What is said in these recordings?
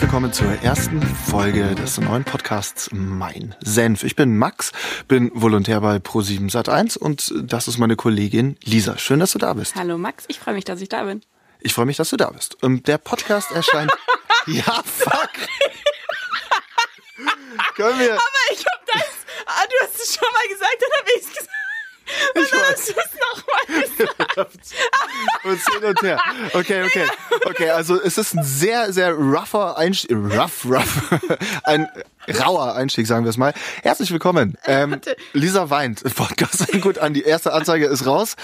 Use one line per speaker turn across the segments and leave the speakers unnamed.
willkommen zur ersten Folge des neuen Podcasts Mein Senf. Ich bin Max, bin Volontär bei Pro7 Sat1 und das ist meine Kollegin Lisa. Schön, dass du da bist.
Hallo Max, ich freue mich, dass ich da bin.
Ich freue mich, dass du da bist. Ähm, Der Podcast erscheint. ja, fuck! Können wir.
Aber ich habe das. Ah, du hast es schon mal gesagt, dann habe ich es gesagt. Und
Ich
dann
weiß.
hast du es nochmal gesagt.
uns hin und her. Okay, okay. Okay, also es ist ein sehr, sehr rougher Einstieg. Rough, rough. Ein rauer Einstieg, sagen wir es mal. Herzlich willkommen. Ähm, Lisa weint. Podcast gut an. Die erste Anzeige ist raus.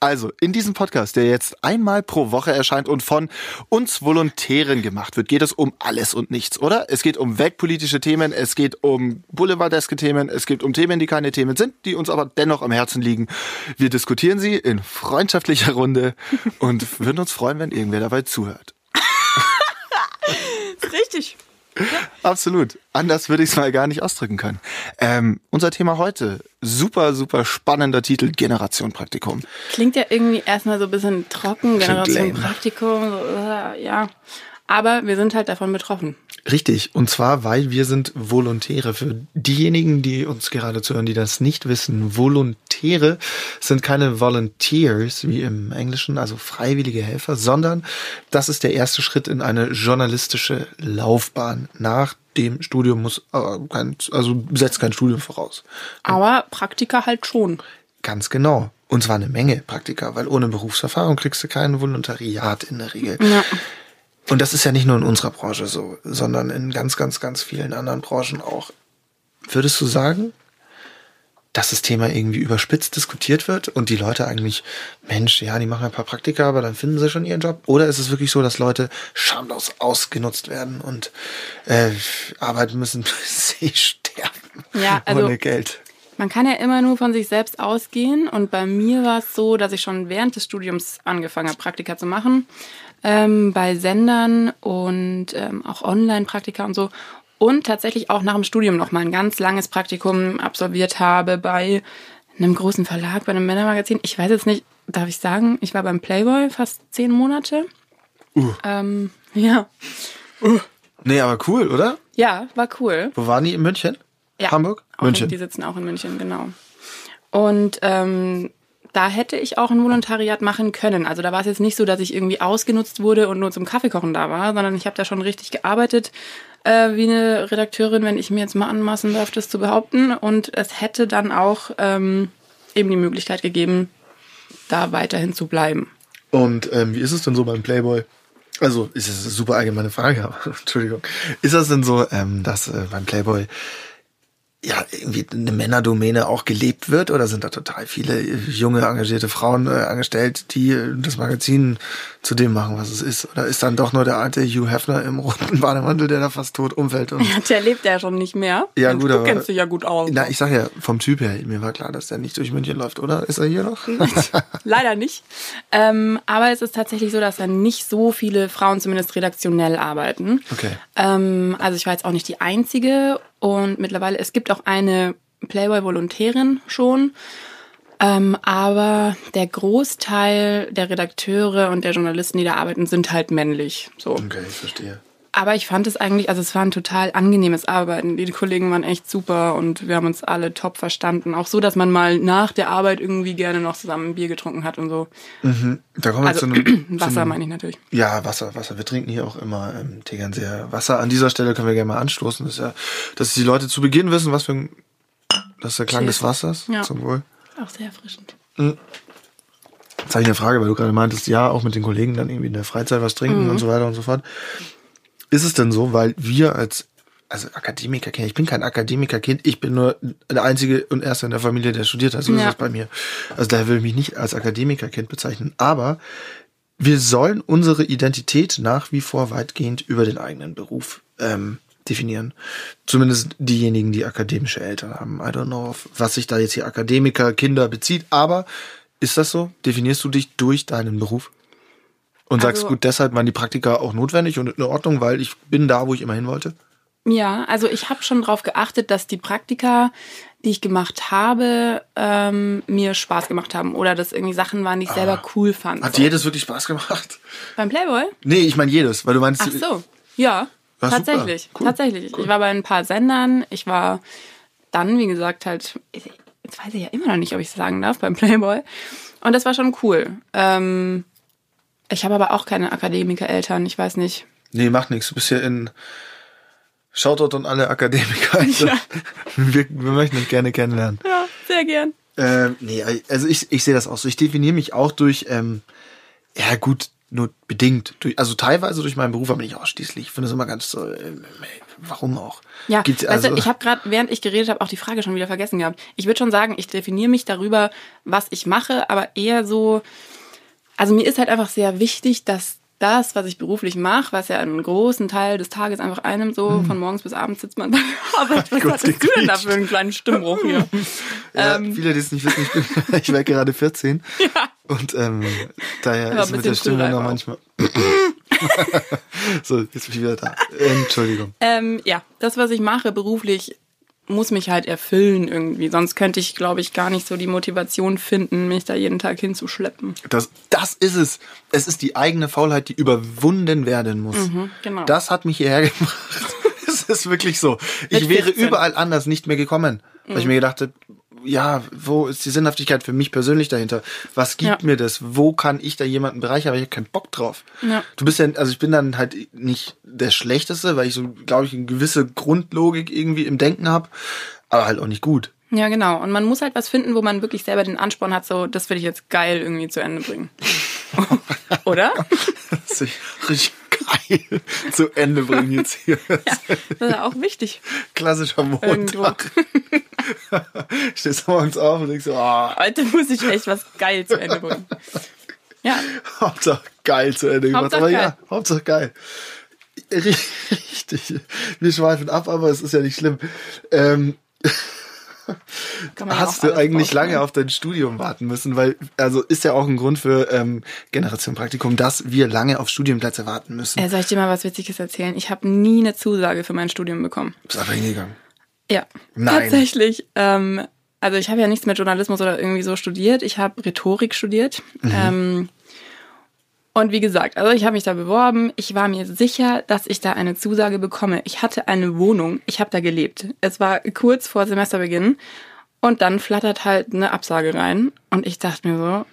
Also, in diesem Podcast, der jetzt einmal pro Woche erscheint und von uns Volontären gemacht wird, geht es um alles und nichts, oder? Es geht um weltpolitische Themen, es geht um boulevardeske Themen, es geht um Themen, die keine Themen sind, die uns aber dennoch am Herzen liegen. Wir diskutieren sie in freundschaftlicher Runde und würden uns freuen, wenn irgendwer dabei zuhört.
Ist Richtig.
Absolut. Anders würde ich es mal gar nicht ausdrücken können. Ähm, unser Thema heute, super, super spannender Titel, Generation Praktikum.
Klingt ja irgendwie erstmal so ein bisschen trocken, Generation
lame.
Praktikum, so, äh, ja. Aber wir sind halt davon betroffen.
Richtig, und zwar, weil wir sind Volontäre. Für diejenigen, die uns gerade zuhören, die das nicht wissen, Volontäre sind keine Volunteers wie im Englischen, also freiwillige Helfer, sondern das ist der erste Schritt in eine journalistische Laufbahn. Nach dem Studium muss, äh, kein, also setzt kein Studium voraus.
Aber Praktika halt schon.
Ganz genau. Und zwar eine Menge Praktika, weil ohne Berufserfahrung kriegst du kein Volontariat in der Regel.
Ja.
Und das ist ja nicht nur in unserer Branche so, sondern in ganz, ganz, ganz vielen anderen Branchen auch. Würdest du sagen, dass das Thema irgendwie überspitzt diskutiert wird und die Leute eigentlich, Mensch, ja, die machen ein paar Praktika, aber dann finden sie schon ihren Job? Oder ist es wirklich so, dass Leute schamlos ausgenutzt werden und äh, arbeiten müssen, bis sie sterben?
Ja, also-
Ohne Geld.
Man kann ja immer nur von sich selbst ausgehen und bei mir war es so, dass ich schon während des Studiums angefangen habe, Praktika zu machen, ähm, bei Sendern und ähm, auch Online-Praktika und so und tatsächlich auch nach dem Studium nochmal ein ganz langes Praktikum absolviert habe bei einem großen Verlag, bei einem Männermagazin. Ich weiß jetzt nicht, darf ich sagen, ich war beim Playboy fast zehn Monate. Ähm, ja.
Nee, aber cool, oder?
ja, war cool.
Wo waren die? In München?
Ja.
Hamburg?
Auch München. Die sitzen auch in München, genau. Und ähm, da hätte ich auch ein Volontariat machen können. Also da war es jetzt nicht so, dass ich irgendwie ausgenutzt wurde und nur zum Kaffeekochen da war, sondern ich habe da schon richtig gearbeitet äh, wie eine Redakteurin, wenn ich mir jetzt mal anmaßen darf, das zu behaupten. Und es hätte dann auch ähm, eben die Möglichkeit gegeben, da weiterhin zu bleiben.
Und ähm, wie ist es denn so beim Playboy? Also, ist das eine super allgemeine Frage, aber Entschuldigung. Ist das denn so, ähm, dass äh, beim Playboy ja irgendwie eine Männerdomäne auch gelebt wird oder sind da total viele junge, engagierte Frauen äh, angestellt, die äh, das Magazin zu dem machen, was es ist? Oder ist dann doch nur der alte Hugh Hefner im roten Bademantel, der da fast tot umfällt? Und
Der lebt ja schon nicht mehr.
Ja,
Und
gut,
du
aber-
kennst dich ja gut aus. ne?
na, ich sag ja, vom Typ her, mir war klar, dass der nicht durch München läuft, oder? Ist er hier noch?
Mhm. Leider nicht. Ähm, aber es ist tatsächlich so, dass da nicht so viele Frauen zumindest redaktionell arbeiten.
Okay.
Ähm, also ich war jetzt auch nicht die Einzige. Und mittlerweile, es gibt auch eine Playboy-Volontärin schon. Ähm, aber der Großteil der Redakteure und der Journalisten, die da arbeiten, sind halt männlich. So.
Okay, ich verstehe.
Aber ich fand es eigentlich, also es war ein total angenehmes Arbeiten. Die Kollegen waren echt super und wir haben uns alle top verstanden. Auch so, dass man mal nach der Arbeit irgendwie gerne noch zusammen ein Bier getrunken hat und so.
Da kommen wir
Also
zu einem zu
Wasser
einem-
meine ich natürlich.
Ja, Wasser, Wasser. Wir trinken hier auch immer ähm, Tegernseer Wasser. An dieser Stelle können wir gerne mal anstoßen. Das ist ja, dass die Leute zu Beginn wissen, was für ein, das ist der Klang
Cheers.
des Wassers.
Ja.
Zum Wohl.
Auch sehr erfrischend.
Jetzt habe ich eine Frage, weil du gerade meintest, ja, auch mit den Kollegen dann irgendwie in der Freizeit was
Mhm.
trinken und so weiter und so fort. Ist es denn so, weil wir als also Akademikerkind, ich bin kein Akademikerkind, ich bin nur der einzige und erste in der Familie, der studiert hat. So ist
Ja.
das bei mir. Also daher will ich mich nicht als Akademikerkind bezeichnen. Aber wir sollen unsere Identität nach wie vor weitgehend über den eigenen Beruf ähm, definieren. Zumindest diejenigen, die akademische Eltern haben. I don't know, auf was sich da jetzt hier Akademiker, Kinder bezieht. Aber ist das so? Definierst du dich durch deinen Beruf? Und sagst,
Also-
gut, deshalb waren die Praktika auch notwendig und in Ordnung, weil ich bin da, wo ich immer hin wollte.
Ja, also ich habe schon darauf geachtet, dass die Praktika, die ich gemacht habe, ähm, mir Spaß gemacht haben. Oder dass irgendwie Sachen waren, die ich selber cool fand.
Ah. Hat
So.
jedes wirklich Spaß gemacht?
Beim Playboy?
Nee, ich meine jedes, weil du meinst,
Ach so, ja.
War super.
tatsächlich,
Cool.
tatsächlich. Ich war bei ein paar Sendern. Ich war dann, wie gesagt, halt, jetzt weiß ich ja immer noch nicht, ob ich es sagen darf, beim Playboy. Und das war schon cool. Ähm, ich habe aber auch keine Akademiker-Eltern, ich weiß nicht.
Nee, macht nichts. Du bist hier in Shoutout an alle Akademiker. Also, wir, wir möchten dich gerne kennenlernen.
Ja, sehr gern.
Ähm, nee, also ich, ich sehe das auch so. Ich definiere mich auch durch, ähm, ja gut, nur bedingt. Durch, also teilweise durch meinen Beruf, aber nicht ausschließlich. Ich finde das immer ganz so, ähm, ey, warum auch?
Ja,
Gibt's also
weißt du, ich habe gerade, während ich geredet habe, auch die Frage schon wieder vergessen gehabt. Ich würde schon sagen, ich definiere mich darüber, was ich mache, aber eher so, also mir ist halt einfach sehr wichtig, dass das, was ich beruflich mache, was ja einen großen Teil des Tages einfach einem so von morgens bis abends sitzt man bei der Arbeit. Was
Kurz
hattest du denn da
gequietscht.
für einen kleinen Stimmbruch hier?
ja,
ähm,
viele, die es nicht wissen, ich, bin, ich werde gerade 14.
Ja.
Und ähm, daher
Aber
ist
ein
mit der
bisschen
Stimme
frühreif
noch
auch.
manchmal. so, jetzt bin ich wieder da. Entschuldigung.
Ähm, ja, das, was ich mache beruflich, muss mich halt erfüllen irgendwie. Sonst könnte ich, glaube ich, gar nicht so die Motivation finden, mich da jeden Tag hinzuschleppen.
Das, das ist es. Es ist die eigene Faulheit, die überwunden werden muss.
genau.
Das hat mich hierher gebracht. es ist wirklich so. Ich
Mit Mhm.
wäre
14.
überall anders nicht mehr gekommen. Weil ich mir gedacht habe, ja, wo ist die Sinnhaftigkeit für mich persönlich dahinter? Was gibt
Ja.
mir das? Wo kann ich da jemanden bereichern? Aber ich habe keinen Bock drauf.
Ja.
Du bist ja, also ich bin dann halt nicht der Schlechteste, weil ich so, glaube ich, eine gewisse Grundlogik irgendwie im Denken habe, aber halt auch nicht gut.
Ja, genau. Und man muss halt was finden, wo man wirklich selber den Ansporn hat, so, das will ich jetzt geil irgendwie zu Ende bringen. Oder?
Das ist richtig geil zu Ende bringen jetzt hier.
Das ist ja auch wichtig.
Klassischer Montag. Stehst du morgens auf und denkst so, ah,
Heute muss ich echt was geil zu Ende bringen. Ja,
Hauptsache geil zu Ende gemacht.
Hauptsache
Aber ja,
geil.
Hauptsache geil. Richtig. Wir schweifen ab, aber es ist ja nicht schlimm. Ähm,
kann man ja auch
hast du
alles
eigentlich
rausnehmen.
lange auf dein Studium warten müssen? Weil, also ist ja auch ein Grund für ähm, Generation Praktikum, dass wir lange auf Studienplätze warten müssen.
Äh, soll ich dir mal was Witziges erzählen? Ich habe nie eine Zusage für mein Studium bekommen.
Bist einfach hingegangen.
Ja,
Nein.
tatsächlich. Ähm, also ich habe ja nichts mit Journalismus oder irgendwie so studiert. Ich habe Rhetorik studiert. Ähm, und wie gesagt, also ich habe mich da beworben. Ich war mir sicher, dass ich da eine Zusage bekomme. Ich hatte eine Wohnung. Ich habe da gelebt. Es war kurz vor Semesterbeginn. Und dann flattert halt eine Absage rein. Und ich dachte mir so,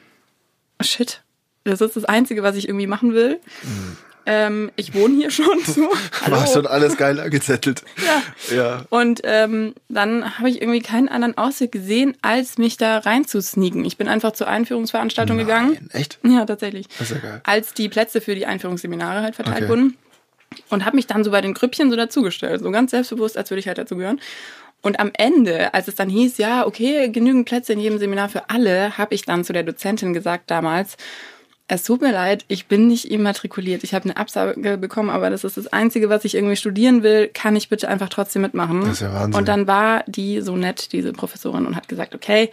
oh shit, das ist das Einzige, was ich irgendwie machen will. Ähm, ich wohne hier schon so.
War
Hallo.
schon alles geil angezettelt.
Ja.
Ja.
Und ähm, dann habe ich irgendwie keinen anderen Ausweg gesehen, als mich da reinzusneaken. Ich bin einfach zur Einführungsveranstaltung gegangen.
Nein, echt?
Ja, tatsächlich.
Das ist ja geil.
Als die Plätze für die Einführungsseminare halt verteilt
Okay.
wurden. Und habe mich dann so bei den Grüppchen so dazugestellt. So ganz selbstbewusst, als würde ich halt dazugehören. Und am Ende, als es dann hieß, ja, okay, genügend Plätze in jedem Seminar für alle, habe ich dann zu der Dozentin gesagt damals, es tut mir leid, ich bin nicht immatrikuliert. Ich habe eine Absage bekommen, aber das ist das Einzige, was ich irgendwie studieren will. Kann ich bitte einfach trotzdem mitmachen?
Das ist ja Wahnsinn.
Und dann war die so nett, diese Professorin, und hat gesagt, okay,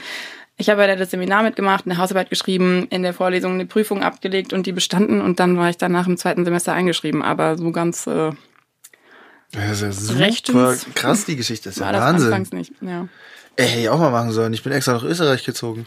ich habe ja das Seminar mitgemacht, eine Hausarbeit geschrieben, in der Vorlesung eine Prüfung abgelegt und die bestanden. Und dann war ich danach im zweiten Semester eingeschrieben. Aber so ganz äh, war
Das ist ja super
Rechtens.
krass, die Geschichte. Das ist ja
das
Wahnsinn.
anfangs nicht. Ja.
Ey, hätte ich auch mal machen sollen. Ich bin extra nach Österreich gezogen.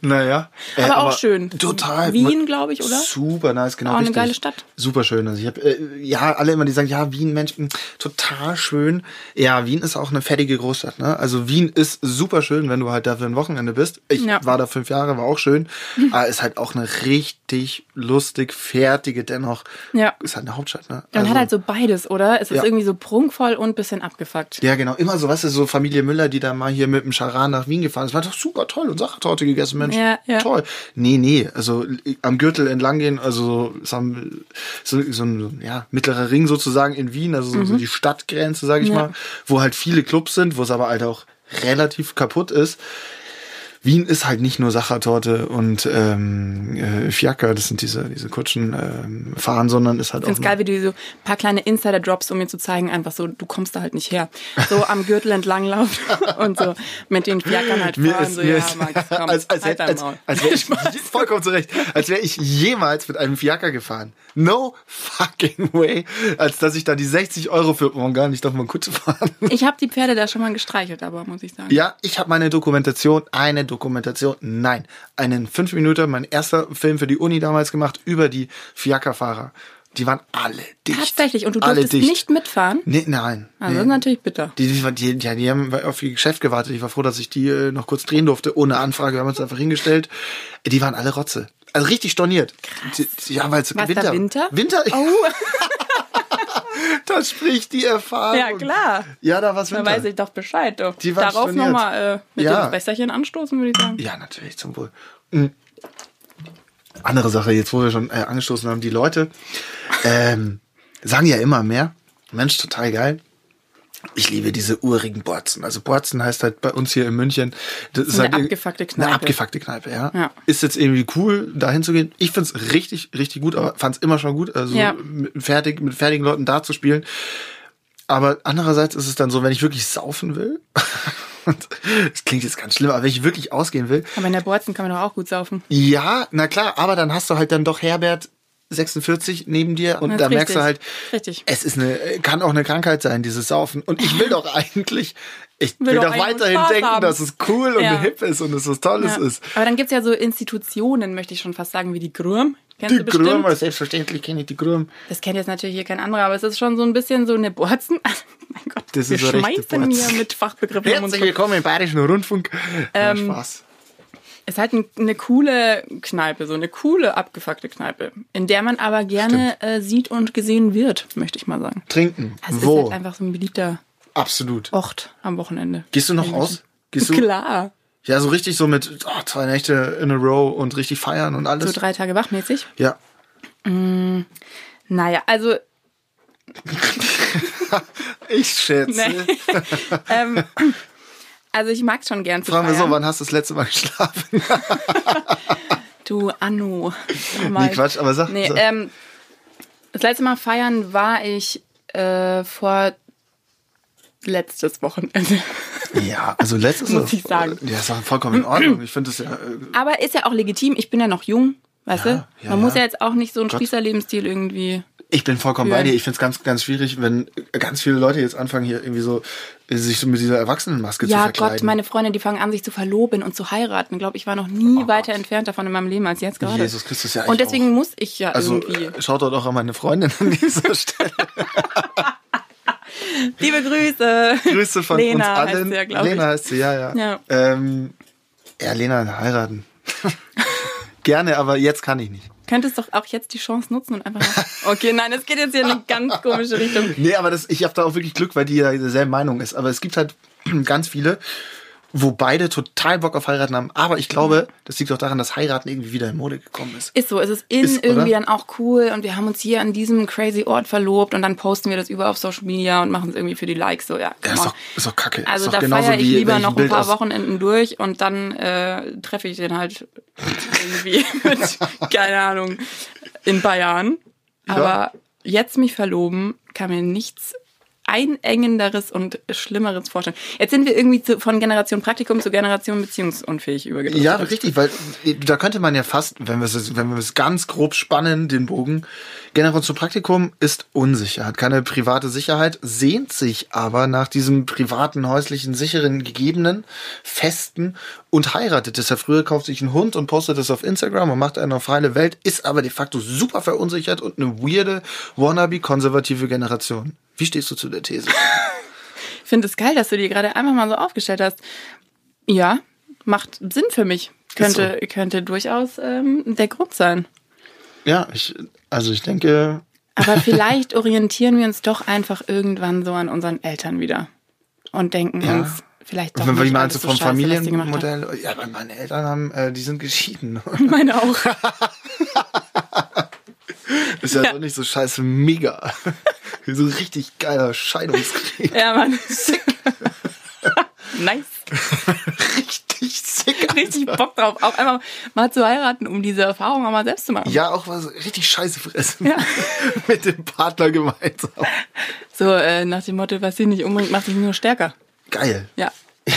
naja. Äh,
Aber auch schön.
Total.
Wien, glaube ich, oder?
Super nice, genau.
Auch eine
richtig.
geile Stadt.
Super schön. Also ich habe äh, ja alle immer, die sagen, ja, Wien, Mensch, mh, total schön. Ja, Wien ist auch eine fettige Großstadt, ne? Also Wien ist super schön, wenn du halt da für ein Wochenende bist. Ich
Ja.
war da fünf Jahre, war auch schön. Aber ist halt auch eine richtig lustig, fertige, dennoch
Ja.
ist halt eine Hauptstadt, ne?
Man
Also-
hat halt so beides, oder? Es ist
Ja.
irgendwie so prunkvoll und bisschen abgefuckt.
ja, genau. Immer so, weißt du, so Familie Müller, die da mal hier mit dem Charan nach Wien gefahren ist. War doch super toll und Sachertorte gegessen, Mensch.
Ja, ja.
Toll. Nee, nee. Also äh, am Gürtel entlang gehen, also so, am- so, so ein ja, mittlerer Ring sozusagen in Wien, also so, so die Stadtgrenze, sag ich
Mhm. Ja.
mal, wo halt viele Clubs sind, wo es aber halt auch relativ kaputt ist. Wien ist halt nicht nur Sachertorte und ähm, äh, Fiaker, das sind diese, diese Kutschen ähm, fahren, sondern ist halt
Ich find's
auch.
geil, wie du so ein paar kleine Insider drops, um mir zu zeigen, einfach so, du kommst da halt nicht her. So am Gürtel entlanglaufen und so mit den Fiakern halt
Mir
fahren.
ist,
so,
mir
ja,
ist,
Max, komm,
als, als,
halt
hätte-
dein
als,
Maul.
als wäre ich vollkommen zurecht, als wäre ich jemals mit einem Fiaker gefahren. No fucking way, als dass ich da die 60 Euro für, oh, gar nicht, doch mal Kutsche fahren.
Ich habe die Pferde da schon mal gestreichelt, aber muss ich sagen.
Ja, ich habe meine Dokumentation, eine Dokumentation, nein, einen 5 Minuten, mein erster Film für die Uni damals gemacht über die Fiakerfahrer. Die waren alle dicht.
Tatsächlich. Und du
alle
durftest nicht mitfahren?
Nee, nein.
Also das ist
nee.
natürlich bitter.
Die, die, die, die, die haben auf ihr Geschäft gewartet. Ich war froh, dass ich die äh, noch kurz drehen durfte, ohne Anfrage. Wir haben uns einfach hingestellt. Die waren alle Rotze. Also richtig storniert. Die, die, ja, weil es
War's da Winter?
Winter?
Oh,
Da spricht die Erfahrung.
ja klar.
Ja, da war es
Da
Winter.
weiß ich doch Bescheid. Doch.
Die waren
Darauf
storniert.
nochmal äh, mit
Ja.
dem Besterchen anstoßen, würde ich sagen.
Ja, natürlich, zum Wohl. Mhm. Andere Sache, jetzt wo wir schon äh, angestoßen haben, die Leute ähm, sagen ja immer mehr, Mensch, total geil. Ich liebe diese urigen Borzen. Also Borzen heißt halt bei uns hier in München. Das ist
Eine
halt
abgefuckte
Eine
Kneipe.
abgefuckte Kneipe, ja.
Ja.
Ist jetzt irgendwie cool, da hinzugehen. Ich find's richtig, richtig gut, aber fand's immer schon gut. Also
Ja.
mit, fertig, mit fertigen Leuten da zu spielen. Aber andererseits ist es dann so, wenn ich wirklich saufen will, und das klingt jetzt ganz schlimm, aber wenn ich wirklich ausgehen will,
Aber in der Borzen kann man doch auch gut saufen.
ja, na klar, aber dann hast du halt dann doch Herbert 46 neben dir und
Das
da
ist
merkst du halt,
richtig. Richtig.
es ist eine, kann auch eine Krankheit sein, dieses Saufen. Und ich will doch eigentlich, ich will,
Will doch
doch
eigentlich
weiterhin
Spaß
denken,
haben.
dass es cool und
Ja.
hip ist und dass es was Tolles
Ja.
ist.
Aber dann gibt's ja so Institutionen, möchte ich schon fast sagen, wie die Grüm. Kennst
Die
du bestimmt?
Grömer, selbstverständlich kenne ich die Grömer.
Das kennt jetzt natürlich hier kein anderer, aber es ist schon so ein bisschen so eine Borzen. mein Gott,
Das
wir
ist so rechte
schmeißen
Borzen.
hier mit Fachbegriffen um uns.
Herzlich willkommen im Bayerischen Rundfunk. Ähm, Spaß.
Ist halt ein, eine coole Kneipe, so eine coole, abgefuckte Kneipe, in der man aber gerne äh, sieht und gesehen wird, möchte ich mal sagen.
Trinken.
Das ist
Wo?
halt einfach so ein beliebter
Absolut.
Ort am Wochenende.
Gehst du noch aus? Gehst du?
Klar.
Ja, so richtig so mit oh, zwei Nächte in a row und richtig feiern und
So
alles.
drei Tage wachmäßig.
ja.
Naja, also
Ich schätze.
Nee. ähm, also ich mag schon gern zu
Fragen wir so,
feiern.
wann hast du das letzte Mal geschlafen?
Du Anno. Sag mal.
Nee, Quatsch, aber sag.
Nee,
sag.
ähm, das letzte Mal feiern war ich äh, vor letztes Wochenende.
ja, also letztes
muss ich sagen.
Ja, ist doch vollkommen in Ordnung. Ich finde das ja. äh,
Aber ist ja auch legitim. Ich bin ja noch jung, weißt
Ja,
du?
ja,
Man muss
ja.
ja jetzt auch nicht so einen Spießerlebensstil irgendwie.
Ich bin vollkommen
Ja.
bei dir. Ich finde es ganz, ganz schwierig, wenn äh, ganz viele Leute jetzt anfangen, hier irgendwie so äh, sich so mit dieser Erwachsenenmaske zu
Ja,
verkleiden.
Gott, meine Freunde, die fangen an, sich zu verloben und zu heiraten. Ich glaube, ich war noch nie weiter entfernt davon in meinem Leben als jetzt gerade.
Oh Jesus Christus, ja, ich
Und deswegen
auch.
muss ich ja
also
irgendwie.
äh, schaut dort auch an meine Freundin an dieser Stelle.
Liebe Grüße.
Grüße von
Lena
uns allen.
Heißt sie ja, glaub
Lena
ich.
heißt sie, ja, ja.
Ja.
ähm, ja Lena, heiraten. Gerne, aber jetzt kann ich nicht.
Könntest doch auch jetzt die Chance nutzen und einfach. Mal okay, nein, es geht jetzt hier in eine ganz komische Richtung.
Nee, aber das, ich habe da auch wirklich Glück, weil die ja derselben Meinung ist. Aber es gibt halt ganz viele, wo beide total Bock auf heiraten haben. Aber ich glaube,
Mhm.
das liegt auch daran, dass heiraten irgendwie wieder in Mode gekommen ist.
Ist so, es ist in
Ist, oder?
irgendwie dann auch cool und wir haben uns hier an diesem crazy Ort verlobt und dann posten wir das über auf Social Media und machen es irgendwie für die Likes so, ja.
Ja,
come
ist
on.
doch, ist doch kacke.
also
ist doch
da feiere ich lieber
wenn ich
noch ein paar
aus-
Wochenenden durch und dann äh, treffe ich den halt irgendwie mit, keine Ahnung, in ein paar Jahren. Aber jetzt mich verloben, kann mir nichts einengenderes und schlimmeres vorstellen. Jetzt sind wir irgendwie zu, von Generation Praktikum zu Generation beziehungsunfähig übergegangen.
Ja, richtig, weil äh, da könnte man ja fast, wenn wir es, wenn wir es ganz grob spannen, den Bogen. Generell zum Praktikum ist unsicher, hat keine private Sicherheit, sehnt sich aber nach diesem privaten, häuslichen, sicheren, gegebenen, festen und heiratet. Deshalb früher kauft sich einen Hund und postet das auf Instagram und macht eine auf heile Welt, ist aber de facto super verunsichert und eine weirde, wannabe konservative Generation. Wie stehst du zu der These?
Ich finde es geil, dass du die gerade einfach mal so aufgestellt hast. Ja, macht Sinn für mich. Könnte, könnte durchaus ähm, der Grund sein.
ja, ich, also ich denke,
Aber vielleicht orientieren wir uns doch einfach irgendwann so an unseren Eltern wieder und denken
Ja.
uns vielleicht doch
Wenn wir
nicht
mal
alles
so
so
vom
scheiße, was die gemacht haben.
Familienmodell, ja, aber meine Eltern haben, äh, die sind geschieden.
Meine auch.
Ist ja, doch nicht so scheiße mega. so ein richtig geiler Scheidungskrieg.
Ja, Mann. Sick. nice.
richtig sick. Alter.
Richtig Bock drauf. Auch einmal mal zu heiraten, um diese Erfahrung auch mal selbst zu machen.
Ja, auch was richtig scheiße fressen.
Ja.
Mit dem Partner gemeinsam.
So äh, nach dem Motto, was sie nicht umbringt, macht dich nur stärker.
Geil.
Ja.
Ja,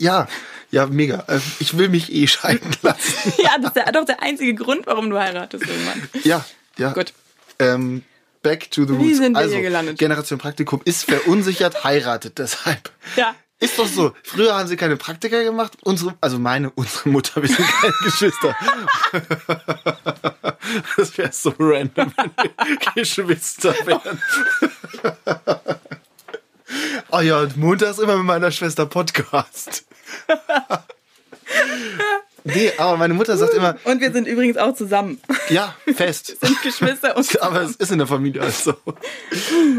ja, ja, mega. Äh, Ich will mich eh scheiden lassen.
Ja, das ist der, doch der einzige Grund, warum du heiratest irgendwann.
Ja, ja.
Gut.
Ähm, back to the
Wie
roots.
sind wir
also,
hier gelandet?
Generation Praktikum ist verunsichert, heiratet deshalb.
Ja.
Ist doch so. Früher haben sie keine Praktika gemacht. Unsere, also meine, unsere Mutter, wir sind keine Geschwister. das wäre so random, wenn wir Geschwister wären. oh ja, und montags immer mit meiner Schwester Podcast. nee, aber meine Mutter sagt immer,
Und wir sind übrigens auch zusammen.
ja, fest.
Sind Geschwister und
Aber es ist in der Familie also.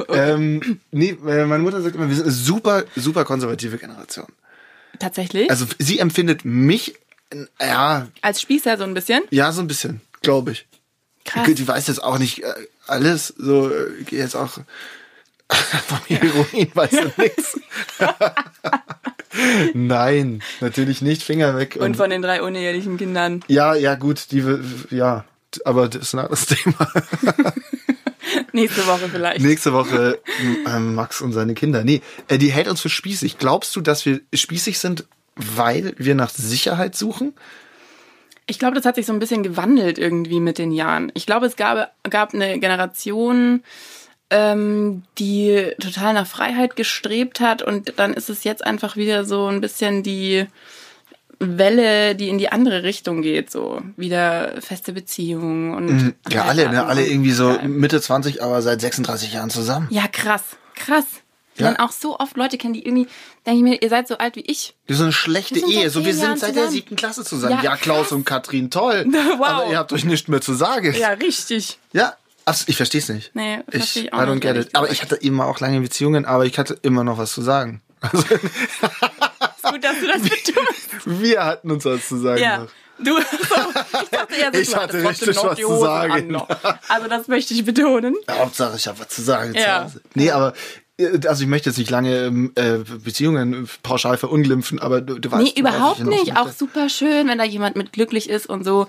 ähm, nee, äh, meine Mutter sagt immer, wir sind eine super, super konservative Generation.
tatsächlich
Also sie empfindet mich, äh, ja,
als Spießer so ein bisschen.
ja, so ein bisschen, glaube ich.
Krass.
Die weiß jetzt auch nicht äh, alles, so äh, geh jetzt auch von Heroin weiß sie nichts. Nein, natürlich nicht, Finger weg.
Und von den drei unehelichen Kindern.
ja, ja, gut, die, will- ja, aber das ist ein anderes Thema.
Nächste Woche vielleicht.
Nächste Woche ähm, Max und seine Kinder. Nee, äh, die hält uns für spießig. Glaubst du, dass wir spießig sind, weil wir nach Sicherheit suchen?
Ich glaube, das hat sich so ein bisschen gewandelt irgendwie mit den Jahren. Ich glaube, es gab, gab eine Generation, ähm, die total nach Freiheit gestrebt hat und dann ist es jetzt einfach wieder so ein bisschen die Welle, die in die andere Richtung geht, so wieder feste Beziehungen und
Ja, alle, ne?
Heiraten.
Alle irgendwie so
Ja.
Mitte 20, aber seit 36 Jahren zusammen.
Ja, krass, krass. Ich
Ja.
lerne auch so oft Leute kennen, die irgendwie, denke ich mir, ihr seid so alt wie ich.
Das ist so eine schlechte
Wir sind seit
Ehe. So, wir
zehn
sind
Jahren
seit der
zusammen.
siebten Klasse zusammen. Ja,
Ja,
Klaus
krass.
und Katrin, toll.
Wow.
Aber ihr habt euch nichts mehr zu sagen.
Ja, richtig.
ja. Ach, ich versteh's nicht.
Nee, versteh
ich
ich
auch
auch
I don't
nicht,
get
ehrlich
it. Aber ich hatte immer auch lange Beziehungen, aber ich hatte immer noch was zu sagen. Also,
Ist gut, dass du das betonst.
wir hatten uns was zu sagen.
Ja.
noch.
Du, ich dachte eher so,
Ich
du hattest
hatte
trotzdem
richtig
noch
was
die
zu
Hosen
sagen.
an noch. Also das möchte ich betonen.
Ja, Hauptsache, ich habe was zu sagen zu
Ja.
Hause. Nee, aber äh, also ich möchte jetzt nicht lange ähm, äh, Beziehungen pauschal verunglimpfen, aber du, du weißt.
Nee,
du
überhaupt
weißt, was ich
nicht. Auch
möchte.
super schön, wenn da jemand mit glücklich ist und so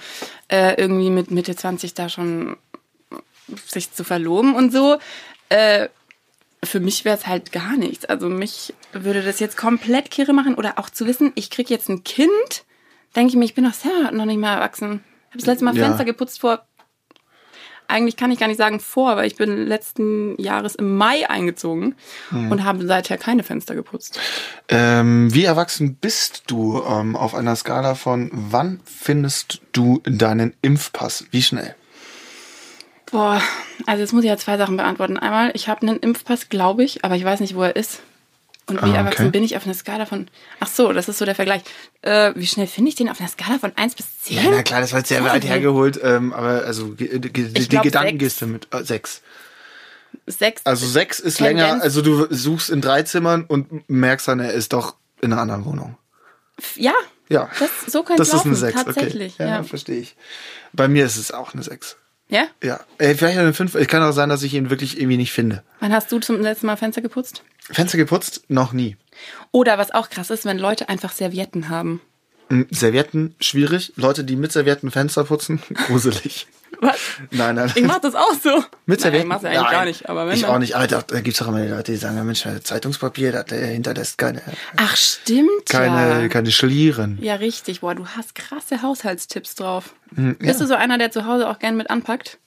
äh, irgendwie mit Mitte 20 da schon sich zu verloben und so. Äh, für mich wäre es halt gar nichts. Also mich würde das jetzt komplett kirre machen oder auch zu wissen, ich krieg jetzt ein Kind, denke ich mir, ich bin doch selber noch nicht mal erwachsen. Ich habe das letzte Mal
Ja.
Fenster geputzt vor. Eigentlich kann ich gar nicht sagen vor, weil ich bin letzten Jahres im Mai eingezogen
Hm.
und habe seither keine Fenster geputzt.
Ähm, wie erwachsen bist du ähm, auf einer Skala von wann findest du deinen Impfpass? Wie schnell?
Boah, also jetzt muss ich ja zwei Sachen beantworten. Einmal, ich habe einen Impfpass, glaube ich, aber ich weiß nicht, wo er ist. Und wie
Ah, okay.
erwachsen bin ich auf einer Skala von. Ach so, das ist so der Vergleich. Äh, wie schnell finde ich den auf einer Skala von 1 bis 10?
Ja, na klar, das war jetzt sehr weit
Okay.
hergeholt, ähm, aber also ge- ge- die
glaub,
Gedanken
sechs.
gehst du mit äh, sechs.
Sechs.
Also sechs ist
Tendenz.
länger, also du suchst in drei Zimmern und merkst dann, er ist doch in einer anderen Wohnung.
ja.
Ja.
Das, so kann
das
es laufen.
ist eine 6,
Tatsächlich.
okay. Ja,
Ja.
verstehe ich. Bei mir ist es auch eine 6.
ja?
Ja, äh, vielleicht auch eine 5. Es kann auch sein, dass ich ihn wirklich irgendwie nicht finde.
Wann hast du zum letzten Mal Fenster geputzt?
Fenster geputzt? Noch nie.
Oder was auch krass ist, wenn Leute einfach Servietten haben.
Hm, Servietten? Schwierig. Leute, die mit Servietten Fenster putzen? Gruselig.
Was?
Nein, nein.
Ich mach das auch so.
mit
Nein, ich
Servietten?
mach's ja eigentlich
Nein,
gar nicht. Aber wenn
ich
dann-
auch nicht. Aber da, da gibt's auch immer die Leute, die sagen, ja, Mensch, Zeitungspapier, da, der hinterlässt keine,
Ach, stimmt.
keine,
ja.
keine Schlieren.
Ja, richtig. Boah, du hast krasse Haushaltstipps drauf.
Hm, ja.
Bist du so einer, der zu Hause auch gern mit anpackt?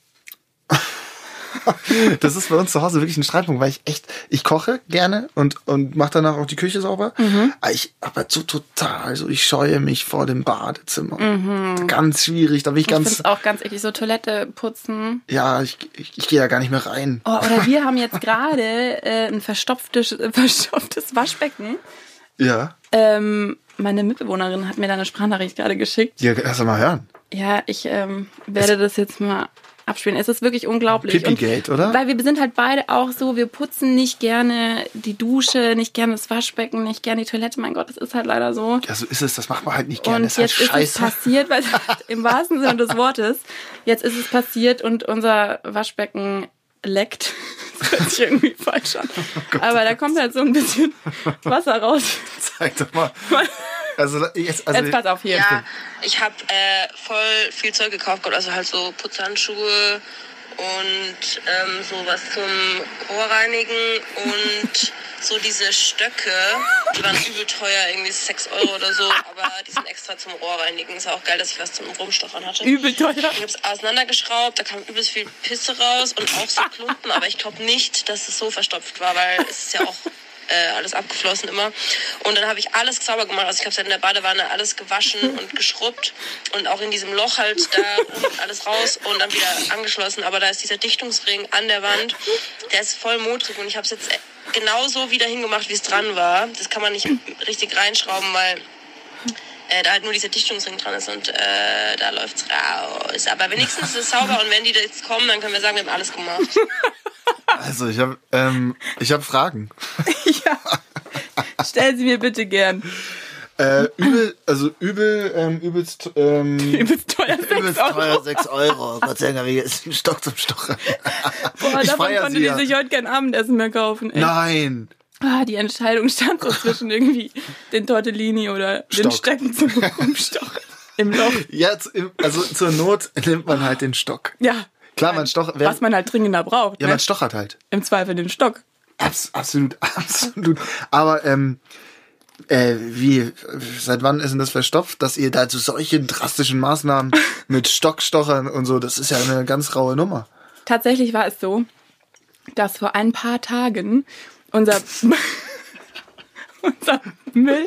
Das ist bei uns zu Hause wirklich ein Streitpunkt, weil ich echt, ich koche gerne und, und mache danach auch die Küche sauber.
Mhm.
Aber ich aber so total, so ich scheue mich vor dem Badezimmer.
Mhm.
Ganz schwierig, da bin ich
Ich
ganz,
find's auch ganz eklig, so Toilette putzen.
ja, ich, ich, ich gehe da gar nicht mehr rein.
Oh, oder wir haben jetzt gerade äh, ein verstopftes, äh, verstopftes Waschbecken.
Ja.
Ähm, meine Mitbewohnerin hat mir da eine Sprachnachricht gerade geschickt.
Ja, lass doch mal hören.
Ja, ich ähm, werde das jetzt mal abspielen. Es ist wirklich unglaublich. Und-
Pipi-Gate, oder?
Weil wir sind halt beide auch so, wir putzen nicht gerne die Dusche, nicht gerne das Waschbecken, nicht gerne die Toilette. Mein Gott, das ist halt leider so.
Ja, so ist es, das macht man halt nicht gerne.
und
Das ist halt
jetzt ist es
scheiße.
passiert, weil im wahrsten Sinne des Wortes, jetzt ist es passiert und unser Waschbecken leckt. Das hört sich irgendwie falsch an.
Oh
Aber da kommt halt so ein bisschen Wasser raus.
Zeig doch mal. Also, jetzt, also,
Jetzt pass auf hier.
Ja, ich habe äh, voll viel Zeug gekauft, gehabt, also halt so Putzhandschuhe und ähm, sowas zum Rohrreinigen und so diese Stöcke, die waren übel teuer, irgendwie 6 Euro oder so, aber die sind extra zum Rohrreinigen. Ist auch geil, dass ich was zum Rumstochern hatte.
Übel teuer.
Ich hab's auseinandergeschraubt, da kam übelst viel Pisse raus und auch so Klumpen, aber ich glaube nicht, dass es so verstopft war, weil es ist ja auch äh, alles abgeflossen immer. Und dann habe ich alles sauber gemacht. Also ich habe dann in der Badewanne alles gewaschen und geschrubbt und auch in diesem Loch halt da unten alles raus und dann wieder angeschlossen. Aber da ist dieser Dichtungsring an der Wand, der ist voll modrig und ich habe es jetzt genauso wieder hingemacht, wie es dran war. Das kann man nicht richtig reinschrauben, weil äh, da halt nur dieser Dichtungsring dran ist und äh, da läuft's raus. Aber wenigstens ist es sauber und wenn die da jetzt kommen, dann können wir sagen, wir haben alles gemacht.
Also ich habe ähm, ich hab Fragen.
ja. Stell sie mir bitte gern.
Äh, übel, also übel, ähm, übelst, ähm,
Übelst teuer,
Übelst
6 Euro.
teuer, 6 Euro. Gott sei Dank, hier ist ein Stock zum Stochern.
Boah,
Ich
Oh, davon
feier
konnte
sie
die
ja.
sich heute kein Abendessen mehr kaufen. Ey.
Nein!
Ah, die Entscheidung stand so zwischen irgendwie den Tortellini oder den
Stock.
Stecken zum Rumstoch im Loch.
Jetzt, im- also zur Not nimmt man halt den Stock.
Ja.
Klar, man stochert. Wer,
Was man halt dringender braucht.
ja,
ne?
man stochert halt.
Im Zweifel den Stock.
Abs absolut, absolut. Aber ähm, äh, wie, seit wann ist denn das verstopft, dass ihr da zu solchen drastischen Maßnahmen mit Stockstochern und so, das ist ja eine ganz raue Nummer.
Tatsächlich war es so, dass vor ein paar Tagen unser, unser Müll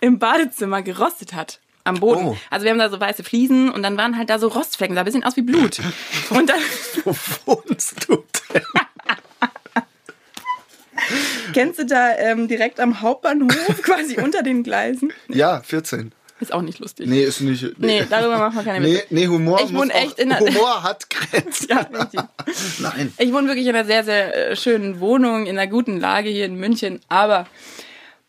im Badezimmer gerostet hat. Am Boden.
Oh.
Also wir haben da so weiße Fliesen und dann waren halt da so Rostflecken, sah ein bisschen aus wie Blut. Und dann,
Wo wohnst du denn?
kennst du da ähm, direkt am Hauptbahnhof, quasi unter den Gleisen?
Ja, 14.
Ist auch nicht lustig.
Nee, ist nicht.
Nee, darüber machen wir keine
Nee,
Witze.
nee Humor
Ich
muss
wohne echt
auch,
in der-
Humor hat Grenzen.
Ja, richtig.
Nein.
Ich wohne wirklich in einer sehr, sehr äh, schönen Wohnung, in einer guten Lage hier in München, aber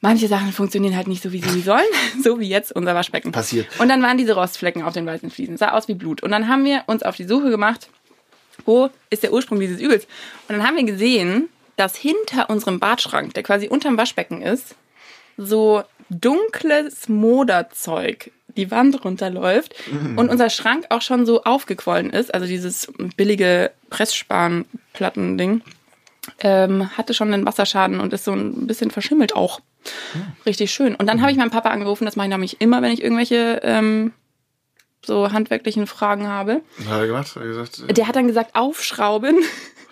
manche Sachen funktionieren halt nicht so, wie sie sollen, so wie jetzt unser Waschbecken.
Passiert.
Und dann waren diese Rostflecken auf den weißen Fliesen, sah aus wie Blut. Und dann haben wir uns auf die Suche gemacht, wo ist der Ursprung dieses Übels? Und dann haben wir gesehen, dass hinter unserem Badschrank, der quasi unterm Waschbecken ist, so dunkles Moderzeug die Wand runterläuft und unser Schrank auch schon so aufgequollen ist, also dieses billige Pressspan-Plattending, ähm, hatte schon einen Wasserschaden und ist so ein bisschen verschimmelt auch. Richtig schön. Und dann habe ich meinen Papa angerufen, das mache ich nämlich immer, wenn ich irgendwelche ähm, so handwerklichen Fragen habe.
Hat er gemacht? Hat er gesagt, äh,
Der hat dann gesagt, aufschrauben,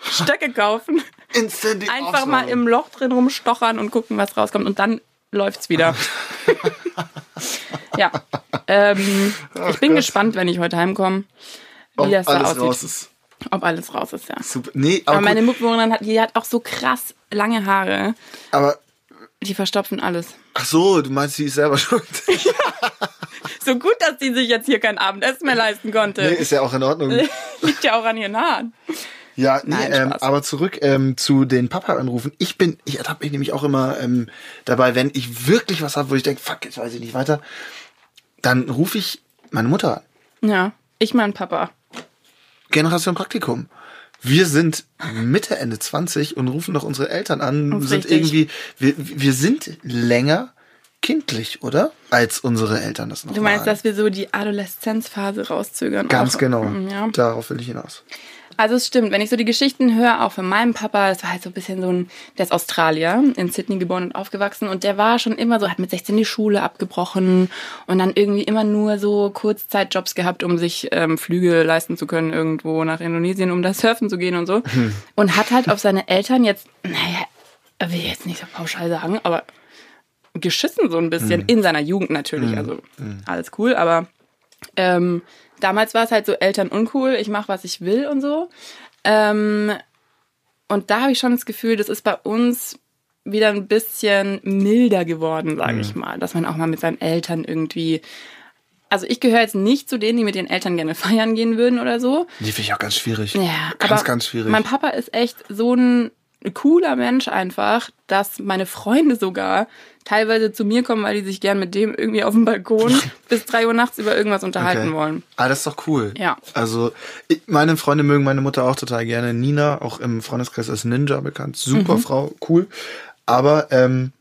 Stöcke kaufen,
Instant die
einfach mal im Loch drin rumstochern und gucken, was rauskommt. Und dann läuft's wieder. ja. Ähm, ich bin
Gott.
gespannt, wenn ich heute heimkomme, wie
Ob
das da
alles
aussieht.
raus ist.
Ob alles raus ist, ja.
Super. Nee, aber,
Aber meine
gut,
Mitbewohnerin hat, die hat auch so krass lange Haare.
aber
Die verstopfen alles.
ach so, du meinst, sie ist selber schuld.
So gut, dass die sich jetzt hier kein Abendessen mehr leisten konnte.
nee, ist ja auch in Ordnung.
Liegt ja auch an ihren Haaren.
Ja, nee,
Äh, Nein,
ähm,
Spaß.
aber zurück ähm, zu den Papa-Anrufen. Ich bin, ich ertappe mich nämlich auch immer ähm, dabei, wenn ich wirklich was habe, wo ich denke, fuck, jetzt weiß ich nicht weiter, dann rufe ich meine Mutter an.
Ja, ich mein Papa.
Generation Praktikum. Wir sind Mitte, Ende 20 und rufen doch unsere Eltern an,
Das ist
sind
richtig.
irgendwie, wir, wir sind länger kindlich, oder? Als unsere Eltern das noch
Du meinst,
waren.
dass wir so die Adoleszenzphase rauszögern?
Ganz
Auch- Mhm,
genau.
Ja.
Darauf will ich hinaus.
Also es stimmt, wenn ich so die Geschichten höre, auch von meinem Papa, das war halt so ein bisschen so ein, der ist Australier, in Sydney geboren und aufgewachsen und der war schon immer so, hat mit 16 die Schule abgebrochen und dann irgendwie immer nur so Kurzzeitjobs gehabt, um sich ähm, Flüge leisten zu können irgendwo nach Indonesien, um da surfen zu gehen und so. Und hat halt auf seine Eltern jetzt, naja, will ich jetzt nicht so pauschal sagen, aber geschissen so ein bisschen, in seiner Jugend natürlich, also alles cool, aber ähm, damals war es halt so Eltern uncool, ich mache, was ich will und so. Ähm, und da habe ich schon das Gefühl, das ist bei uns wieder ein bisschen milder geworden, sage
Mhm.
ich mal, dass man auch mal mit seinen Eltern irgendwie. Also ich gehöre jetzt nicht zu denen, die mit den Eltern gerne feiern gehen würden oder so.
Die finde ich auch ganz schwierig.
Ja,
ganz,
aber
ganz schwierig.
Mein Papa ist echt so ein cooler Mensch einfach, dass meine Freunde sogar teilweise zu mir kommen, weil die sich gern mit dem irgendwie auf dem Balkon bis drei Uhr nachts über irgendwas unterhalten
Okay.
wollen.
Ah, das ist doch cool.
Ja.
Also, ich, meine Freunde mögen meine Mutter auch total gerne. Nina, auch im Freundeskreis als Ninja bekannt. Super
Mhm.
Frau, cool. Aber ähm,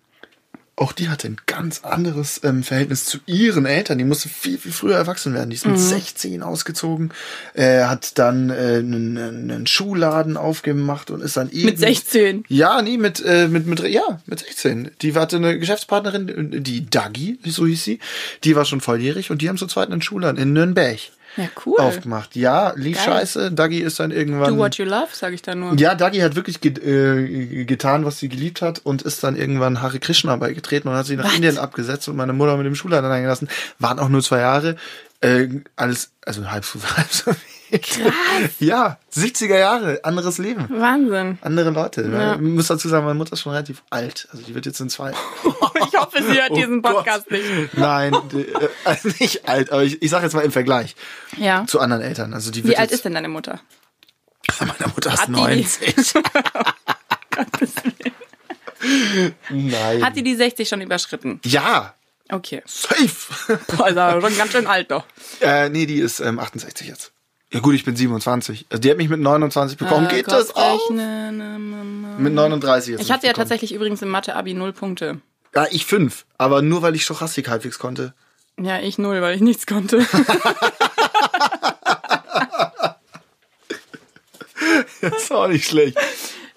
auch die hatte ein ganz anderes ähm, Verhältnis zu ihren Eltern. Die musste viel, viel früher erwachsen werden. Die ist mit
Mhm.
16 ausgezogen, äh, hat dann äh, einen, einen Schuhladen aufgemacht und ist dann eben...
Mit 16.
Ja, nee, mit, äh, mit, mit, ja, mit 16. Die hatte eine äh, Geschäftspartnerin, die Dagi, so hieß sie. Die war schon volljährig und die haben zu zweit einen Schulan in Nürnberg.
Ja, cool.
aufgemacht. Ja, lief
Geil.
scheiße. Dagi ist dann irgendwann.
Do what you love, sage ich da nur.
Ja, Dagi hat wirklich ge äh, getan, was sie geliebt hat und ist dann irgendwann Hare Krishna beigetreten und hat sie nach Indien abgesetzt und meine Mutter mit dem Schulleiter allein gelassen. Waren auch nur zwei Jahre. Äh, alles, also halb so, halb so viel. Ja, 70er Jahre, anderes Leben.
Wahnsinn.
Andere Leute. Ja. Ich muss dazu sagen, meine Mutter ist schon relativ alt. Also die wird jetzt in zwei.
Ich hoffe, sie hört
Oh
diesen
Gott.
Podcast nicht.
Nein, die, äh, also nicht alt, aber ich, ich sage jetzt mal im Vergleich
Ja.
zu anderen Eltern. Also die wird
Wie alt
jetzt,
ist denn deine Mutter?
Meine Mutter ist
Hat die-
90. Nein.
Hat die die 60 schon überschritten?
ja,
Okay.
safe.
Boah, ist aber Also, schon ganz schön alt doch.
Äh, nee, die ist ähm, 68 jetzt. Ja gut, ich bin 27. Also die hat mich mit 29 bekommen.
Ah,
Geht
Äh,
das auch? Mit 39 jetzt.
ne, Ich hatte ja
bekommen.
tatsächlich übrigens im Mathe-Abi null Punkte.
Ja, ich fünf. Aber nur, weil ich Stochastik halbwegs konnte.
Ja, ich null, weil ich nichts konnte.
Das ist auch nicht schlecht.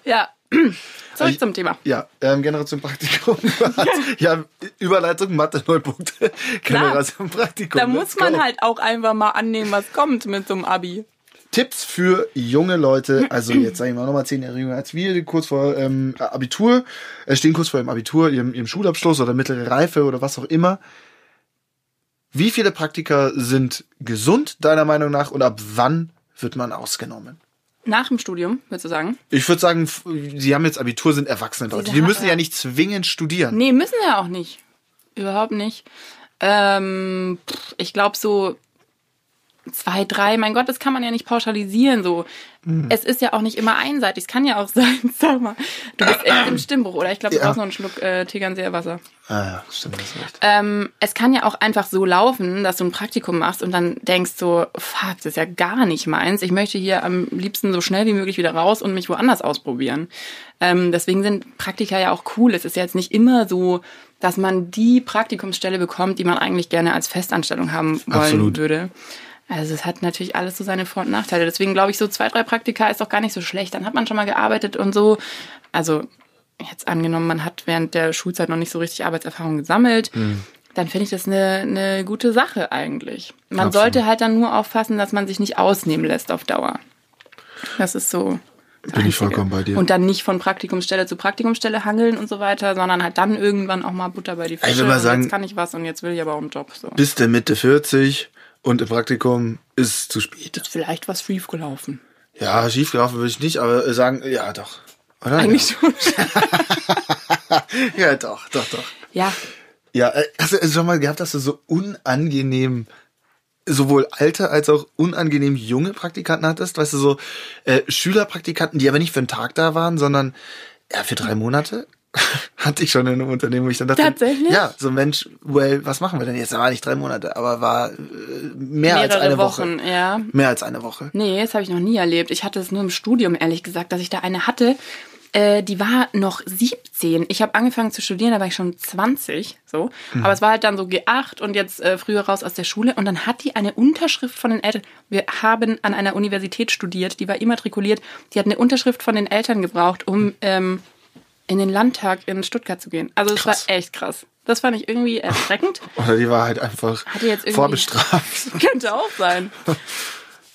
ja.
Also
Zurück zum Thema.
Ja, ähm, Generation Praktikum. ja, Überleitung, Mathe, null Punkte.
Klar.
Generation Praktikum.
Da
let's
muss man
go.
halt auch einfach mal annehmen, was kommt mit so einem Abi.
Tipps für junge Leute, also jetzt sage ich mal nochmal zehn Jahre jünger als wir, die kurz vor ähm, Abitur, äh, stehen kurz vor ihrem Abitur, ihrem, ihrem Schulabschluss oder mittlere Reife oder was auch immer. Wie viele Praktika sind gesund, deiner Meinung nach, und ab wann wird man ausgenommen?
Nach dem Studium, würdest du sagen?
Ich würde sagen, f- sie haben jetzt Abitur, sind erwachsene Leute. Die müssen ja nicht zwingend studieren.
Nee, müssen ja auch nicht. Überhaupt nicht. Ähm, pff, ich glaube so zwei, drei, mein Gott, das kann man ja nicht pauschalisieren. So. Es ist ja auch nicht immer einseitig. Es kann ja auch sein, sag mal, du bist echt im Stimmbruch. Oder ich glaube, du
Ja.
brauchst noch einen Schluck äh, Tegernseerwasser.
Ah ja, stimmt, das ist recht.
Ähm, es kann ja auch einfach so laufen, dass du ein Praktikum machst und dann denkst so, fuck, das ist ja gar nicht meins. Ich möchte hier am liebsten so schnell wie möglich wieder raus und mich woanders ausprobieren. Ähm, deswegen sind Praktika ja auch cool. Es ist ja jetzt nicht immer so, dass man die Praktikumsstelle bekommt, die man eigentlich gerne als Festanstellung haben wollen
Absolut.
würde. Also es hat natürlich alles so seine Vor- und Nachteile. Deswegen glaube ich, so zwei, drei Praktika ist doch gar nicht so schlecht. Dann hat man schon mal gearbeitet und so. Also jetzt angenommen, man hat während der Schulzeit noch nicht so richtig Arbeitserfahrung gesammelt,
Mhm.
dann finde ich das eine, eine gute Sache eigentlich. Man
Absolut.
sollte halt dann nur aufpassen, dass man sich nicht ausnehmen lässt auf Dauer. Das ist so. das
Bin ich
Einzige.
vollkommen bei dir.
Und dann nicht von Praktikumsstelle zu Praktikumsstelle hangeln und so weiter, sondern halt dann irgendwann auch mal Butter bei die Fische.
Also Ich will mal
und
sagen-
jetzt kann ich was und jetzt will ich aber auch einen Job. So.
Bis der Mitte 40 und im Praktikum ist zu spät.
Vielleicht was schief gelaufen.
Ja, schiefgelaufen würde ich nicht, aber äh, sagen, ja doch. Oder?
Eigentlich schon.
Ja, doch, doch, doch.
ja,
Ja, äh, hast du also schon mal gehabt, dass du so unangenehm, sowohl alte als auch unangenehm junge Praktikanten hattest? Weißt du, so äh, Schülerpraktikanten, die aber nicht für einen Tag da waren, sondern ja, für drei Monate? Hatte ich schon in einem Unternehmen, wo ich dann dachte,
Tatsächlich?
ja, so Mensch, well, was machen wir denn jetzt? Da war nicht drei Monate, aber war äh, mehr als
mehrere
eine Woche.
Wochen, ja.
Mehr als eine Woche.
Nee, das habe ich noch nie erlebt. Ich hatte es nur im Studium, ehrlich gesagt, dass ich da eine hatte. Äh, die war noch 17. Ich habe angefangen zu studieren, da war ich schon 20. So.
Hm.
Aber es war halt dann so G8 und jetzt äh, früher raus aus der Schule. Und dann hat die eine Unterschrift von den Eltern. Wir haben an einer Universität studiert, die war immatrikuliert. Die hat eine Unterschrift von den Eltern gebraucht,
Hm.
um ähm, in den Landtag in Stuttgart zu gehen. Also es war
Krass.
echt krass. Das fand ich irgendwie erschreckend.
Oder die war halt einfach
Hatte jetzt irgendwie-
vorbestraft.
Könnte auch sein.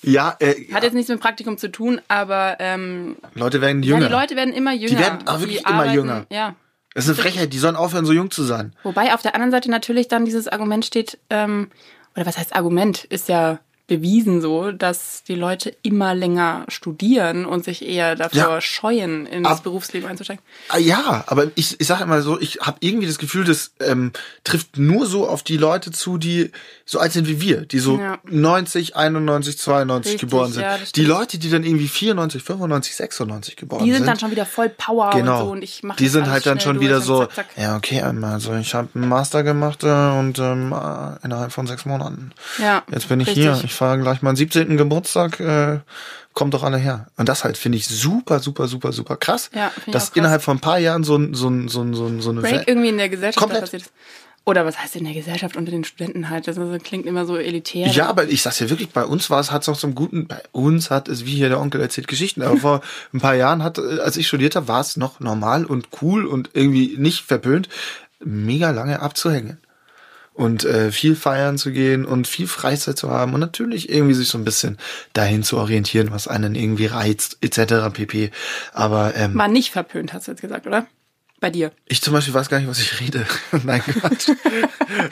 Ja, äh,
Hat jetzt nichts mit Praktikum zu tun, aber ähm,
Leute werden jünger.
Ja, die Leute werden immer jünger.
werden auch wirklich immer jünger.
Ja.
das ist eine Frechheit, die sollen aufhören, so jung zu sein.
Wobei auf der anderen Seite natürlich dann dieses Argument steht, ähm, oder was heißt Argument, ist ja bewiesen so, dass die Leute immer länger studieren und sich eher davor
Ja.
scheuen, ins
Ab-
Berufsleben einzusteigen.
Ah, Ja, aber ich, ich sage immer so, ich habe irgendwie das Gefühl, das ähm, trifft nur so auf die Leute zu, die so alt sind wie wir, die so
Ja.
90, 91, 92
Richtig,
geboren sind.
ja, das
die
stimmt.
Leute, die dann irgendwie 94, 95, 96 geboren
Die
sind.
sind dann schon wieder voll Power
genau.
und so und ich mache
die sind halt dann schon wieder so,
Zack, zack.
ja okay, also ich habe einen Master gemacht äh, und ähm, äh, innerhalb von sechs Monaten.
Ja,
Jetzt bin ich
richtig.
hier. Ich fahre gleich meinen 17. Geburtstag. Äh, kommt doch alle her. Und das halt finde ich super, super, super, super krass.
Ja, finde ich
dass
auch krass.
innerhalb von ein paar Jahren so, ein- so, ein- so, ein- so, ein- so eine
Break irgendwie in der Gesellschaft
Komplett.
da passiert ist. Oder was heißt in der Gesellschaft unter den Studenten halt? Das ist- klingt immer so elitär.
Ja, aber ich sag's dir wirklich, bei uns war es, hat's auch zum Guten, bei uns hat es, wie hier der Onkel erzählt, Geschichten. Aber vor ein paar Jahren hat, äh, als ich studiert habe, war es noch normal und cool und irgendwie nicht verpönt, mega lange abzuhängen. und äh, viel feiern zu gehen und viel Freizeit zu haben und natürlich irgendwie sich so ein bisschen dahin zu orientieren, was einen irgendwie reizt, etc. pp. Aber ähm,
War nicht verpönt, hast du jetzt gesagt, oder? Bei dir.
ich zum Beispiel weiß gar nicht, was ich rede. Nein, Quatsch.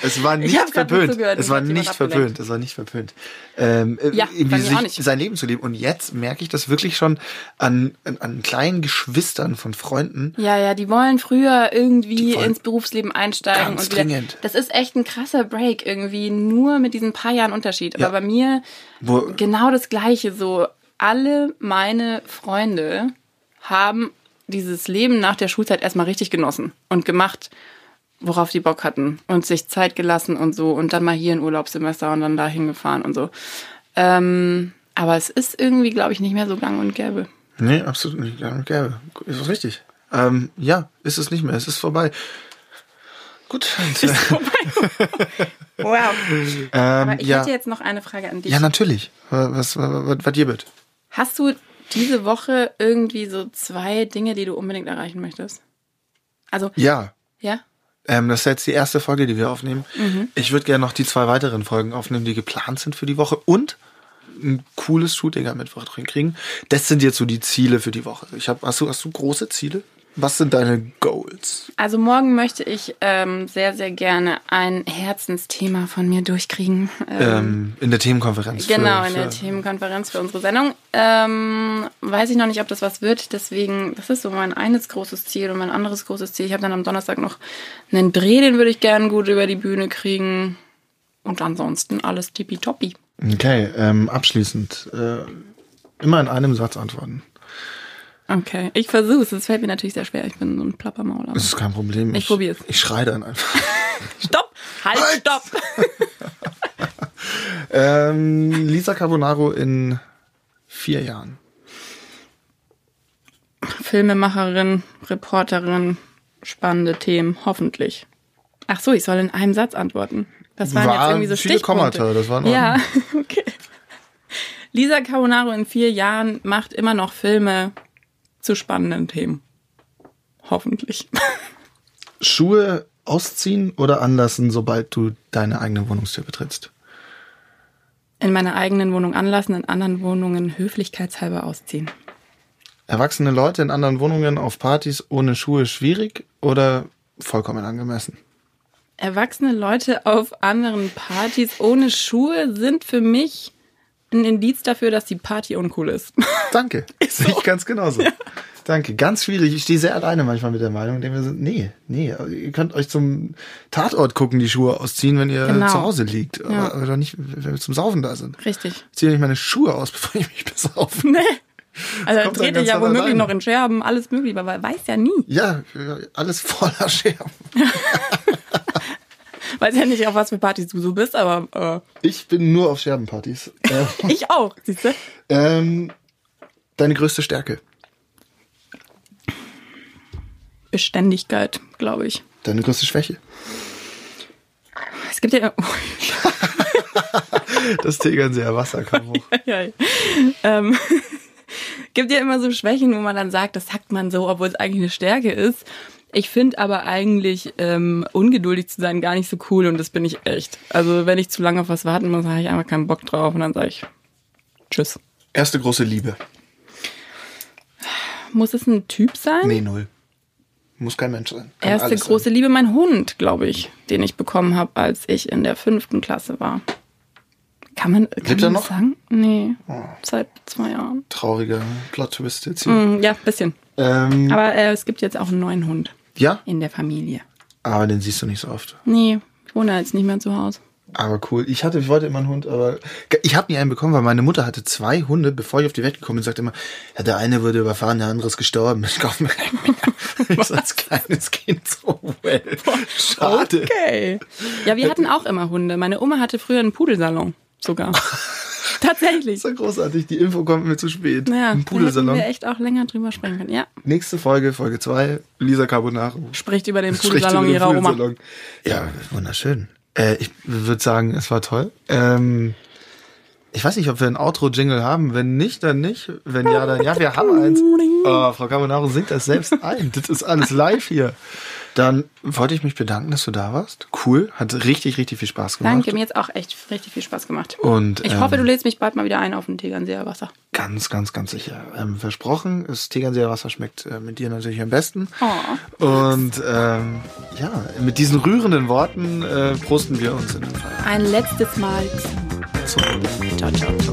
es war nicht
hab's grad nicht
verpönt.
zugehört,
es
mich
war
hat jemand
nicht
abgelenkt.
verpönt. Es war nicht verpönt. Ähm, äh,
Ja, bei
irgendwie
mir
sich,
auch nicht.
sein Leben zu leben. Und jetzt merke ich das wirklich schon an, an, an kleinen Geschwistern von Freunden.
Ja, ja, die wollen früher irgendwie
Die wollen
ins Berufsleben einsteigen.
ganz
und wieder,
dringend.
Das ist echt ein krasser Break irgendwie, nur mit diesen paar Jahren Unterschied. Aber
Ja.
bei mir
Wo-
genau das Gleiche. So, alle meine Freunde haben dieses Leben nach der Schulzeit erstmal richtig genossen und gemacht, worauf die Bock hatten und sich Zeit gelassen und so und dann mal hier ein Urlaubssemester und dann da hingefahren und so. Ähm, aber es ist irgendwie, glaube ich, nicht mehr so gang und gäbe.
Nee, absolut nicht. Ja, gäbe. Ist das richtig? Ähm, ja, ist es nicht mehr. Es ist vorbei. Gut.
Wow.
ähm,
Ich
ja.
hätte jetzt noch eine Frage an dich.
ja, natürlich. Was, was, was, was dir wird?
Hast du diese Woche irgendwie so zwei Dinge, die du unbedingt erreichen möchtest? Also,
Ja.
ja?
Ähm, das ist jetzt die erste Folge, die wir aufnehmen.
Mhm.
Ich würde gerne noch die zwei weiteren Folgen aufnehmen, die geplant sind für die Woche und ein cooles Shooting am Mittwoch drin kriegen. Das sind jetzt so die Ziele für die Woche. Ich hab, hast, du, hast du große Ziele? Was sind deine Goals?
Also morgen möchte ich ähm, sehr, sehr gerne ein Herzensthema von mir durchkriegen.
Ähm, in der Themenkonferenz. für-
Genau, in
für-
der Themenkonferenz für unsere Sendung. Ähm, weiß ich noch nicht, ob das was wird, deswegen, das ist so mein eines großes Ziel und mein anderes großes Ziel. Ich habe dann am Donnerstag noch einen Dreh, den würde ich gerne gut über die Bühne kriegen. Und ansonsten alles tippitoppi.
Okay, ähm, abschließend. Äh, immer in einem Satz antworten.
Okay, ich versuch's. Es fällt mir natürlich sehr schwer. Ich bin so ein Plappermaul. aber-
Das ist kein Problem.
Ich probier's.
Ich schreie dann einfach.
Stopp! Halt, stopp!
ähm, Lisa Carbonaro in vier Jahren.
Filmemacherin, Reporterin, spannende Themen, hoffentlich. Ach so, ich soll in einem Satz antworten. Das waren jetzt
Waren
irgendwie so
viele
Stichpunkte.
Kommata, das war in Ordnung.
Ja, okay. Lisa Carbonaro in vier Jahren macht immer noch Filme zu spannenden Themen. Hoffentlich.
Schuhe ausziehen oder anlassen, sobald du deine eigene Wohnungstür betrittst?
In meiner eigenen Wohnung anlassen, in anderen Wohnungen höflichkeitshalber ausziehen.
Erwachsene Leute in anderen Wohnungen auf Partys ohne Schuhe schwierig oder vollkommen angemessen?
Erwachsene Leute auf anderen Partys ohne Schuhe sind für mich ein Indiz dafür, dass die Party uncool ist.
Danke. Ist Sehe ich ganz genauso. Danke. Ganz schwierig. Ich stehe sehr alleine manchmal mit der Meinung, denke mir so, nee, nee, ihr könnt euch zum Tatort gucken, die Schuhe ausziehen, wenn ihr
Genau.
zu Hause liegt. Aber,
Ja.
aber doch nicht, wenn wir zum Saufen da sind.
Richtig.
Ich ziehe nicht meine Schuhe aus, bevor ich mich besaufe.
Nee. Also dann
kommt dann
trete
ganz
ich ja
von
womöglich
alleine.
noch in Scherben, alles mögliche, aber weiß ja nie.
Ja, alles voller Scherben.
Weiß ja nicht, auf was für Partys du so bist, aber
Ich bin nur auf Scherbenpartys. Ähm,
äh, ich auch, siehst du?
Ähm, deine größte Stärke.
Beständigkeit, glaube ich.
Deine größte Schwäche.
Es gibt ja...
Das Tegernseer Wasser kam hoch.
ja, ja. Ähm, gibt ja immer so Schwächen, wo man dann sagt, das sagt man so, obwohl es eigentlich eine Stärke ist. Ich finde aber eigentlich ähm, ungeduldig zu sein gar nicht so cool und das bin ich echt. Also wenn ich zu lange auf was warten muss, habe ich einfach keinen Bock drauf und dann sage ich Tschüss.
Erste große Liebe.
Muss es ein Typ sein?
Nee, null. Muss kein Mensch sein. Kann
Erste
alles
große
sein.
Liebe mein Hund, glaube ich, den ich bekommen habe, als ich in der fünften Klasse war. Kann man, kann
Lebt
man
er
das
noch? Ah.
sagen? Nee, seit zwei Jahren.
Trauriger Plot-Twist jetzt hier.
Hm, Ja, bisschen.
Ähm,
Aber äh, es gibt jetzt auch einen neuen Hund
ja,
in der Familie.
aber den siehst du nicht so oft.
Nee, ich wohne jetzt nicht mehr zu Hause.
Aber cool. Ich hatte, ich wollte immer einen Hund, aber ich habe nie einen bekommen, weil meine Mutter hatte zwei Hunde, bevor ich auf die Welt gekommen bin, sagt immer, ja, der eine wurde überfahren, der andere ist gestorben. Ich kaufe mir keinen mehr. Ich war als kleines Kind so well. Schade.
Okay. Ja, wir hatten auch immer Hunde. Meine Oma hatte früher einen Pudelsalon sogar. Tatsächlich.
Ist ja großartig, die Info kommt mir zu spät.
Naja,
Im
Da
Pudelsalon.
hätten wir echt auch länger drüber sprechen können. Ja,
Nächste Folge, Folge 2, Lisa Carbonaro.
spricht über den
Spricht über
Pudelsalon
den
ihrer Oma.
Pudelsalon. Ja, wunderschön. Äh, ich würde sagen, es war toll. Ähm, ich weiß nicht, ob wir ein Outro-Jingle haben. Wenn nicht, dann nicht. Wenn ja, dann ja, wir haben eins. Oh, Frau Carbonaro singt das selbst ein. Das ist alles live hier. Dann wollte ich mich bedanken, dass du da warst. Cool, hat richtig, richtig viel Spaß gemacht.
Danke, mir jetzt auch echt richtig viel Spaß gemacht.
Und,
ich hoffe,
ähm,
du lädst mich bald mal wieder ein auf den Tegernseer Wasser.
Ganz, ganz, ganz sicher. Ähm, versprochen, das Tegernseer Wasser schmeckt äh, mit dir natürlich am besten.
Oh.
Und ähm, ja, mit diesen rührenden Worten äh, prosten wir uns in dem Fall.
Ein letztes Mal.
Zum Wohl.
Ciao, ciao.